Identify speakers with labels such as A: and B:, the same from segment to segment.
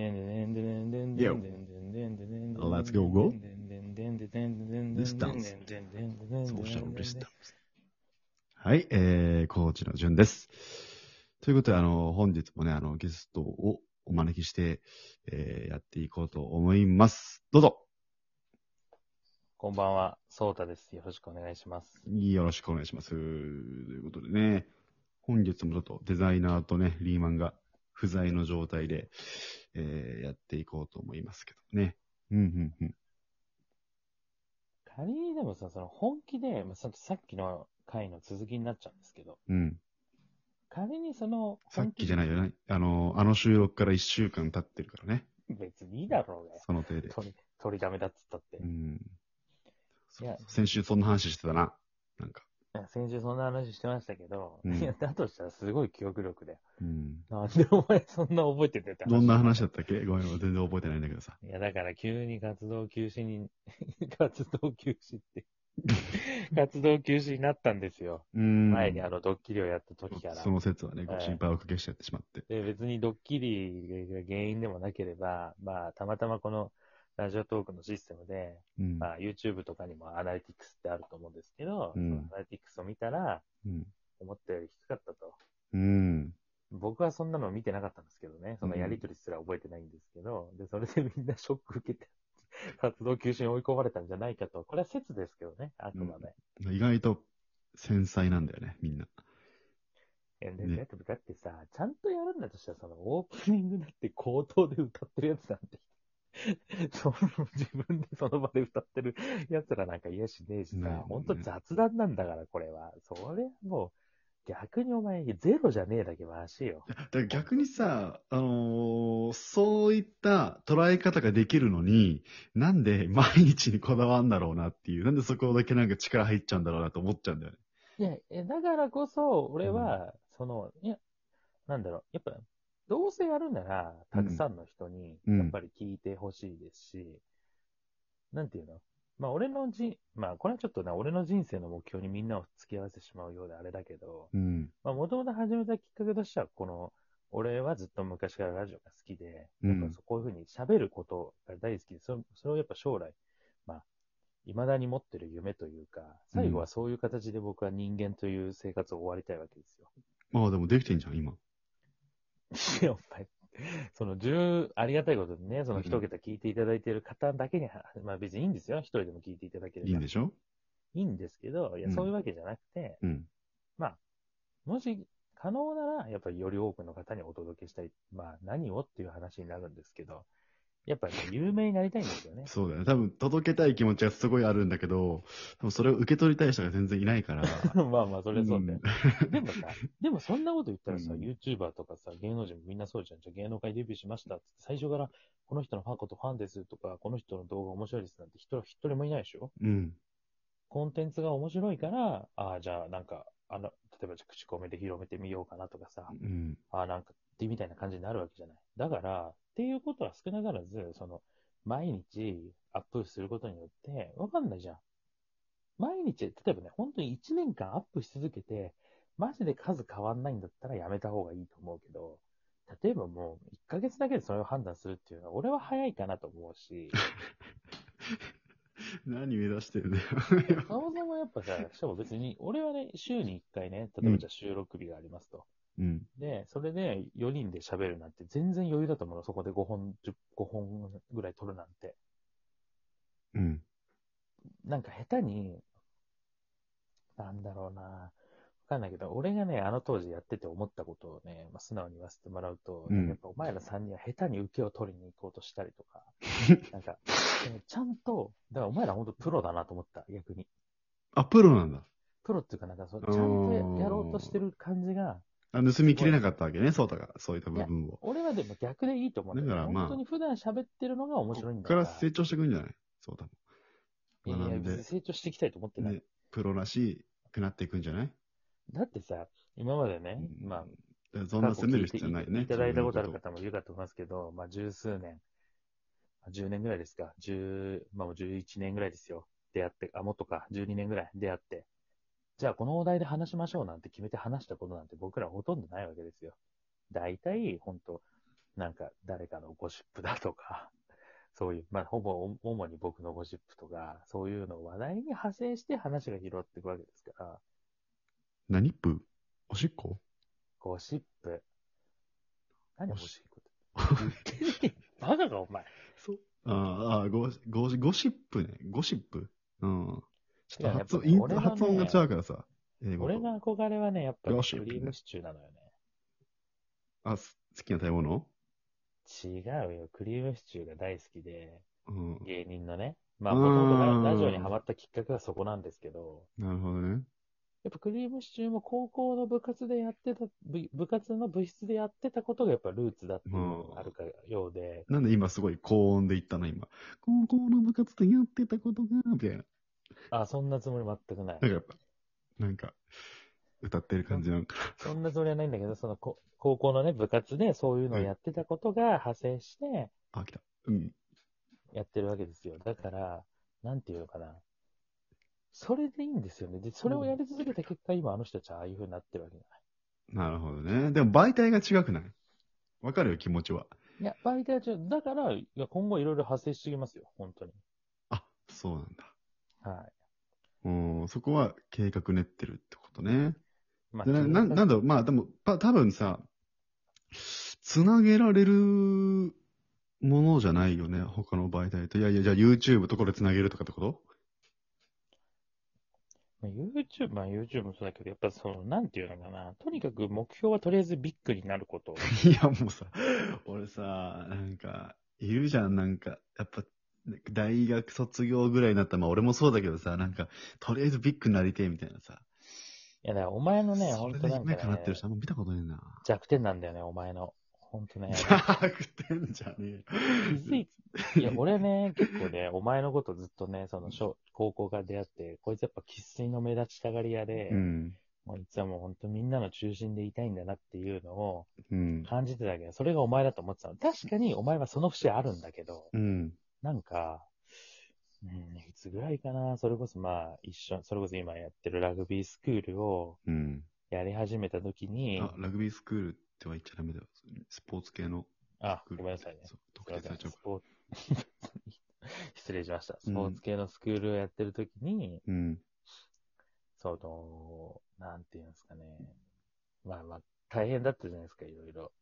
A: Yo.
B: Let's go, go.
A: This
B: Distance. Social
A: distance.
B: distance. はい、えー、コーチの順です。ということで、あの、本日もね、あの、ゲストをお招きして、えー、やっていこうと思います。どうぞ
A: こんばんは、ソータです。よろしくお願いします。
B: よろしくお願いします。ということでね、本月もちょっとデザイナーとね、リーマンが不在の状態で、えー、やっていこうと思いますけどね。うん、うん、うん。
A: 仮にでもさ、その本気で、まあ、ささっきの回の続きになっちゃうんですけど、
B: うん。
A: 仮にその、
B: さっきじゃ
A: ない
B: ないよね。あの、あの収録から1週間経ってるからね。
A: 別にいいだろうが、
B: その手で。
A: 取り、取りだめだっつったって
B: う。ん。そ
A: いや
B: 先週そんな話してたな。なんか。
A: 先週そんな話してましたけど、
B: うん
A: いや、だとしたらすごい記憶力だよ。
B: うん。
A: なんでお前そんな覚えててって
B: どんな話だったっけごめん、全然覚えてないんだけどさ。
A: いや、だから急に活動休止に、 活動休止 って、活動休止になったんですよ。
B: うん
A: 前にあのドッキリをやった時から。
B: その説はね、
A: は
B: ご
A: い
B: 心配をおかけしちゃってしまって。
A: で別にドッキリが原因でもなければ、まあ、たまたまこのラジオトークのシステムで、
B: うん。
A: まあ、YouTube とかにもアナリティクスってあると思うんですけど、
B: うん
A: そのアナリティクスを見たら、
B: うん。
A: 思ったより低かったと。
B: うん。
A: 僕はそんなの見てなかったんですけどね、そのやりとりすら覚えてないんですけど、で、それでみんなショック受けて、活動休止に追い込まれたんじゃないかと、これは説ですけどね、あくまで。
B: 意外と繊細なんだよね、みんな。
A: いやで
B: ね
A: だってだってさ、ちゃんとやるんだとしたら、そのオープニングだって口頭で歌ってる やつなんて、その自分でその場で歌ってるやつらなんか嫌しねえしさ、
B: ないもんね
A: ほんと雑談なんだから、これは。それはもう、逆にお前、ゼロじゃねえだけマシよ。
B: だから逆にさ、あのーそういった捉え方ができるのに、なんで毎日にこだわんだろうなっていう、なんでそこだけなんか力入っちゃうんだろうなと思っちゃうんだよね。
A: いや、えだからこそ、俺は、その、いや、なんだろう、やっぱ、どうせやるなら、たくさんの人に、
B: うん
A: やっぱり聞いてほしいですし、なんていうのまあ、俺のじ、まあ、これはちょっとな、俺の人生の目標にみんなを付き合わせてしまうようであれだけど、
B: うん。
A: まあ、もともと始めたきっかけとしては、この、俺はずっと昔からラジオが好きで、
B: う
A: や
B: ん
A: っぱそうこういうふうに喋ることが大好きで、それそれをやっぱ将来、まあ、未だに持ってる夢というか、最後はそういう形で僕は人間という生活を終わりたいわけですよ。
B: まあでもできてんじゃん、今。
A: い や、お前、その十、ありがたいことにね、その一桁聞いていただいている方だけに、まあ別にいいんですよ。一人でも聞いていただければ。
B: いいんでしょ
A: いいんですけど、いや、
B: うん
A: そういうわけじゃなくて、
B: うん。
A: もし可能なら、やっぱりより多くの方にお届けしたい。まあ何をっていう話になるんですけど、やっぱり、ね、有名になりたいんですよね。
B: そうだよね。多分届けたい気持ちがすごいあるんだけど、多分それを受け取りたい人が全然いない から。
A: まあまあ、それはそうだよ。
B: うん
A: でもさ、でもそんなこと言ったらさ、
B: うん
A: YouTuber とかさ、芸能人もみんなそうじゃん。じゃあ芸能界デビューしましたって、最初から、この人のファンことファンですとか、この人の動画面白いですなんて人は一人もいないでしょ
B: うん。
A: コンテンツが面白いから、ああ、じゃあなんか、あの、例えばじゃあ口コミで広めてみようかなとかさ、
B: うん。
A: ああ、なんかってみたいな感じになるわけじゃない。だから、っていうことは少なからず、その、毎日アップすることによって、わかんないじゃん。毎日、例えばね、本当に1年間アップし続けて、マジで数変わんないんだったらやめた方がいいと思うけど、例えばもう1ヶ月だけでそれを判断するっていうのは、俺は早いかなと思うし、
B: 何目指してるんだよ。
A: そもそもやっぱさ、しかも別に、俺はね、週に1回ね、例えばじゃあ収録日がありますと。
B: うん。
A: で、それで4人で喋るなんて全然余裕だと思うの。そこで5本、10 5本ぐらい撮るなんて。
B: うん。
A: なんか下手に、なんだろうな。わかんないけど、俺がね、あの当時やってて思ったことをね、まあ、素直に言わせてもらうと、
B: うん
A: やっぱお前ら3人は下手に受けを取りに行こうとしたりと か、なんか、でもちゃんと、だからお前ら本当プロだなと思った、逆に。
B: あ、プロなんだ。
A: プロっていうか、なんかそう、ちゃんとやろうとしてる感じが、
B: あ盗みきれなかったわけね、ソータが。そういった部分を。
A: 俺はでも逆でいいと思うんだよ
B: だからまあ
A: 本当に普段喋ってるのが面
B: こ
A: 白いん
B: っ
A: だか
B: か
A: ら。
B: ら成長してくんじゃないソータも。
A: いやい
B: 学
A: や、
B: んで
A: 別に成長していきたいと思ってない。
B: ね、プロらしくなっていくんじゃない
A: だってさ、今までね、
B: うん
A: ま
B: だから
A: あ、
B: そんな
A: 過去
B: 責める必要ない
A: 聞
B: ね。
A: いていただいたことある
B: 自分の
A: 方もいるかと思いますけど、まあ、十数年、10年ぐらいですか、10、まあもう11年ぐらいですよ。出会って、あ、もっとか、12年ぐらい出会って。じゃあ、このお題で話しましょうなんて決めて話したことなんて僕らほとんどないわけですよ。大体、ほんと、なんか誰かのゴシップだとか、そういう、まあ、ほぼ、主に僕のゴシップとか、そういうのを話題に派生して話が広っていくわけですから、
B: 何プおしっこ
A: ゴシップ。何
B: ゴ
A: ゴ
B: シ
A: シップって言ってる。 バカか、お前。
B: あーあー、ゴシゴシゴシップね。ゴシップうん。ちょっと発音、
A: いや
B: イ
A: や
B: ン
A: っぱね
B: ト発音が
A: 俺のね
B: 違うからさ。英語と
A: 俺の憧れはね、やっぱり
B: ゴシッ
A: ク
B: プね
A: リームシチューなのよね。
B: あ、す好きな食べ物
A: 違うよ。クリームシチューが大好きで、
B: うん。
A: 芸人のね。まあ、
B: うー
A: もと
B: ん
A: もとラジオにハマったきっかけはそこなんですけど、
B: なるほどね。
A: やっぱクリームシチューも高校の部活でやってた、部部活の部室でやってたことがやっぱルーツだっていうのがあるかようで、
B: なんで今すごい高音で言ったの今。高校の部活でやってたことが、みたいな。
A: あ、そんなつもり全くない
B: なんか。やっぱ、なんか、歌ってる感じなのか
A: そんなつもりはないんだけど、そのこ高校のね、部活でそういうのをやってたことが派生して
B: な。あ、来た。うん。
A: やってるわけですよ。だから、なんていうのかな。それでいいんですよね。で、それをやり続けた結果、今あの人たちはああいう風になってるわけじゃない。
B: なるほどね。でも媒体が違くないわかるよ、気持ちは。
A: いや、バイトは違う。だから、いや今後いろいろ派生してきますよ。本当に。
B: あ、そうなんだ。
A: はい。
B: うん、そこは計画練ってるってことね。
A: ま
B: でなななんだろう、まあでも、た多分さ、つなげられるものじゃないよね、他の媒体と。いやいや、じゃあ YouTube とこれつなげるとかってこと
A: まあ YouTube、まあ YouTube もそうだけど、やっぱその、なんていうのかな。とにかく目標はとりあえずビッグになる こと。
B: いや、もうさ、俺さ、なんか、いるじゃん、なんか、やっぱ、大学卒業ぐらいになったら、まあ俺もそうだけどさ、なんか、とりあえずビッグになりてえみたいなさ。
A: いや、だからお前のね、
B: そ
A: 本
B: れ
A: 当
B: で
A: なんか、
B: 夢
A: ね、
B: 叶ってる人あんま見たことねえな。
A: 弱点なんだよね、お前の。本当 ね。
B: 弱点じゃね
A: 気づいいや、俺ね、結構ね、お前のことずっとね、その小、高校から出会って、こいつやっぱ生粋の目立ちたがり屋で、
B: え。うん。
A: もういつはもう本当みんなの中心でいたいんだなっていうのを
B: うん。
A: 感じてたけど、それがお前だと思ってたの。確かにお前はその節あるんだけど、
B: うん。
A: なんか、うん、いつぐらいかな、それこそまあ一緒、それこそ今やってるラグビースクールを
B: うん。
A: やり始めた時に、
B: あ、ラグビースクールっては言っちゃダメだよ。スポーツ系の
A: あ
B: ス、クー
A: ご
B: ル。
A: めんなさいね。
B: そう。特定されちゃう
A: ス
B: か
A: ポーツ 失礼しました。スポーツ系のスクールをやってる時に、
B: ら。うん。
A: その、なんていうんですかね。まあまあ、大変だったじゃないですか、いろいろ。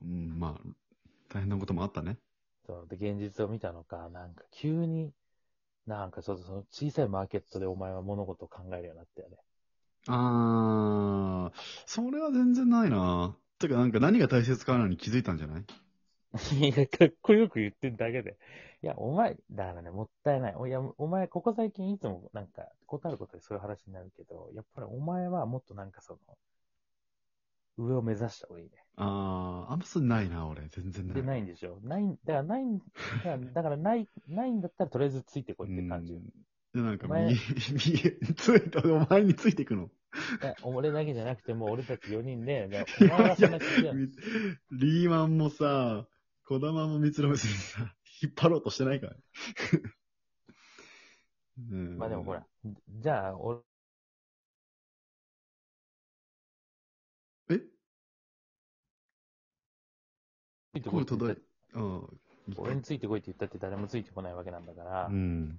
B: うん、まあ、大変なこともあったね。
A: そうで、現実を見たのか、なんか急に、なんかちょっとその小さいマーケットでお前は物事を考えるようになったよね。
B: あー、それは全然ないな。てか、なんか何が大切かなのに気づいたんじゃない
A: いや、かっこよく言ってるだけで。いや、お前、だからね、もったいない。おいや、お前、ここ最近いつもなんか、ことあることでそういう話になるけど、やっぱりお前はもっとなんかその、上を目指した方がいいね。
B: あー、あんまそれないな、俺。全然ない。
A: で、ないんでしょないん、だからないん、だからだからない、ないんだったらとりあえずついてこいって感じよ。
B: で、なんか、
A: お 前
B: 右、右、ついた、お前についていくの。
A: いや俺だけじゃなくて、もう俺たち4人で、 ね、お前はそんな好きじゃん。い
B: み リーマンもさ、小玉も三つの娘さ、引っ張ろうとしてないから。うん
A: まあでもほら。、じゃあ、俺、
B: え
A: ついてこい
B: 声
A: って
B: 届
A: 言
B: い
A: った
B: うん。
A: 俺についてこいって言ったって誰もついてこないわけなんだから
B: う、ん。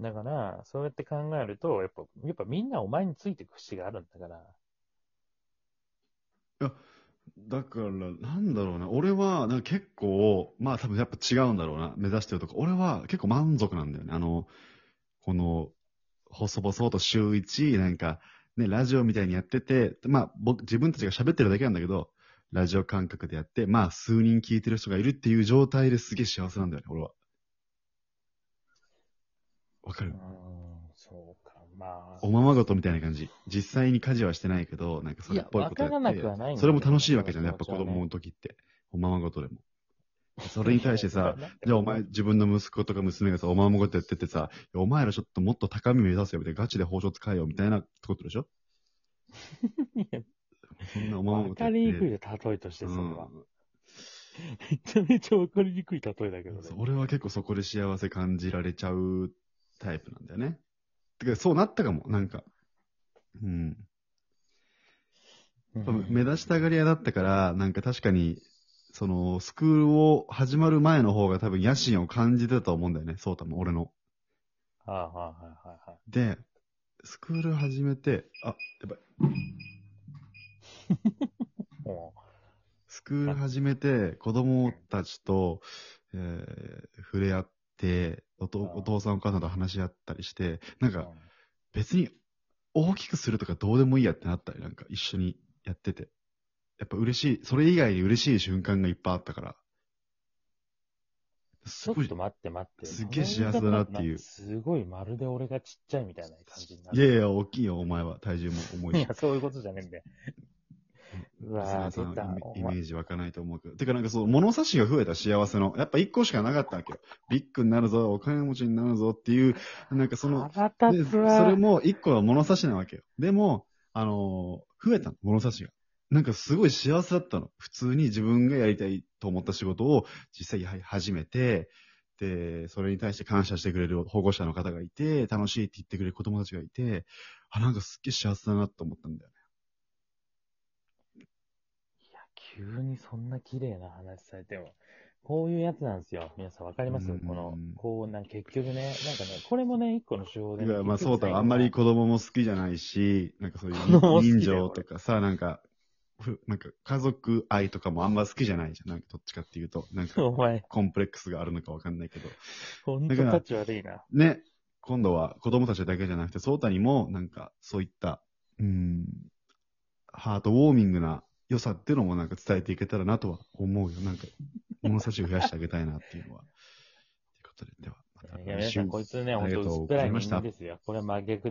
A: だから、そうやって考えると、やっぱ、やっぱみんなお前についてく節があるんだから、
B: だから、なんだろうな。俺は、なんか結構、まあ多分やっぱ違うんだろうな。目指してるとこ。俺は結構満足なんだよね。あの、この、細々と週一、なんか、ね、ラジオみたいにやってて、まあ僕、自分たちが喋ってるだけなんだけど、ラジオ感覚でやって、まあ数人聞いてる人がいるっていう状態ですげえ幸せなんだよね、俺は。わか
A: うー
B: る
A: ん、そうか、まあ
B: お。ままごとみたいな感じ。実際に家事はしてないけど、なんかそれっぽいことやっ
A: い
B: て。
A: やわからなくはないんだけど
B: それも楽しいわけじゃん、やっぱ
A: そ
B: 子
A: の気持ちはね
B: 供の時って。おままごとでも。それに対して さ、じゃあお前、自分の息子とか娘がさ、おままごとやっててさ、いやお前らちょっともっと高み目指せよ、みたいな、ガチで包丁使えよ、みたいなってことでしょ
A: いや
B: そんなおままご
A: わ
B: とや
A: か
B: って。
A: りにくいよ、例えとして、
B: う
A: それは。
B: ん
A: めちゃめちゃわかりにくい例えだけどね
B: そう。俺は結構そこで幸せ感じられちゃうタイプなんだよね。てか、そうなったかも、なんか。うん。
A: うん
B: 多分目立ちたがり屋だったから、なんか確かに、その、スクールを始まる前の方が多分野心を感じてたと思うんだよね、そうたも、俺の。
A: ああ、はいはいはいはい。
B: で、スクール始めて、あ、やばい。
A: も
B: スクール始めて、子供たちと、えー触れ合っておと、お父さんお母さんと話し合ったりして、なん
A: う、
B: か別に大きくするとかどうでもいいやってなったり、なんか一緒にやってて。やっぱ嬉しい、それ以外に嬉しい瞬間がいっぱいあったから。
A: ち
B: す
A: ょ
B: ご
A: っ
B: い
A: と、待って待って。
B: すっげえ幸せだなっていう
A: なんかすごいまるで俺がちっちゃいみたいな感じになる。
B: いやいや、大きいよ、お前は。体重も重い
A: い
B: し
A: や、。そういうことじゃねえんだよ。う
B: リスナ
A: わ
B: ー
A: ぁ、
B: さん
A: 出た。
B: イメ
A: お
B: イメ
A: 前
B: ージ湧かないと思うけど。てかなんかそう、物差しが増えた幸せの。やっぱ一個しかなかったわけよ。ビッグになるぞ、お金持ちになるぞっていう、なんかその、
A: 腹
B: で
A: 立つ
B: そ
A: わ。
B: れも一個は物差しなわけよ。でも、あのー増えたの、物差しが。なんかすごい幸せだったの。普通に自分がやりたいと思った仕事を実際やり始めて、で、それに対して感謝してくれる保護者の方がいて、楽しいって言ってくれる子供たちがいて、あ、なんかすっげえ幸せだなと思ったんだよね。
A: いや、急にそんな綺麗な話されても。こういうやつなんですよ。皆さんわかります
B: うん
A: この、こうなん、結局ね、なんかね、これもね、一個の手法で
B: だ
A: ね、
B: からまあ
A: 結
B: そ
A: 局
B: うだ
A: 最後
B: わ、あんまり子供も好きじゃないし、なんかそうい
A: 子供好
B: う
A: きだよ
B: 人情とかさ、なんか、ふなんか家族愛とかもあんま好きじゃないじゃん。なんかどっちかっていうと、なんか
A: お前、
B: コンプレックスがあるのかわかんないけど。
A: ほんと
B: だから
A: 立ち悪いな。
B: ね、今度は子供たちだけじゃなくて、ソータにもなんかそういった、うん、ハートウォーミングな良さっていうのもなんか伝えていけたらなとは思うよ。なんか、物差しを増やしてあげたいなっていうのは。ということで、では、また
A: いや、皆さん、こいつね、
B: あ
A: ほん
B: り
A: と
B: がとう
A: 薄っ
B: ご
A: ぺ
B: ざ
A: ら
B: い
A: い
B: まし
A: 人
B: た
A: 間ですよ。これは真逆です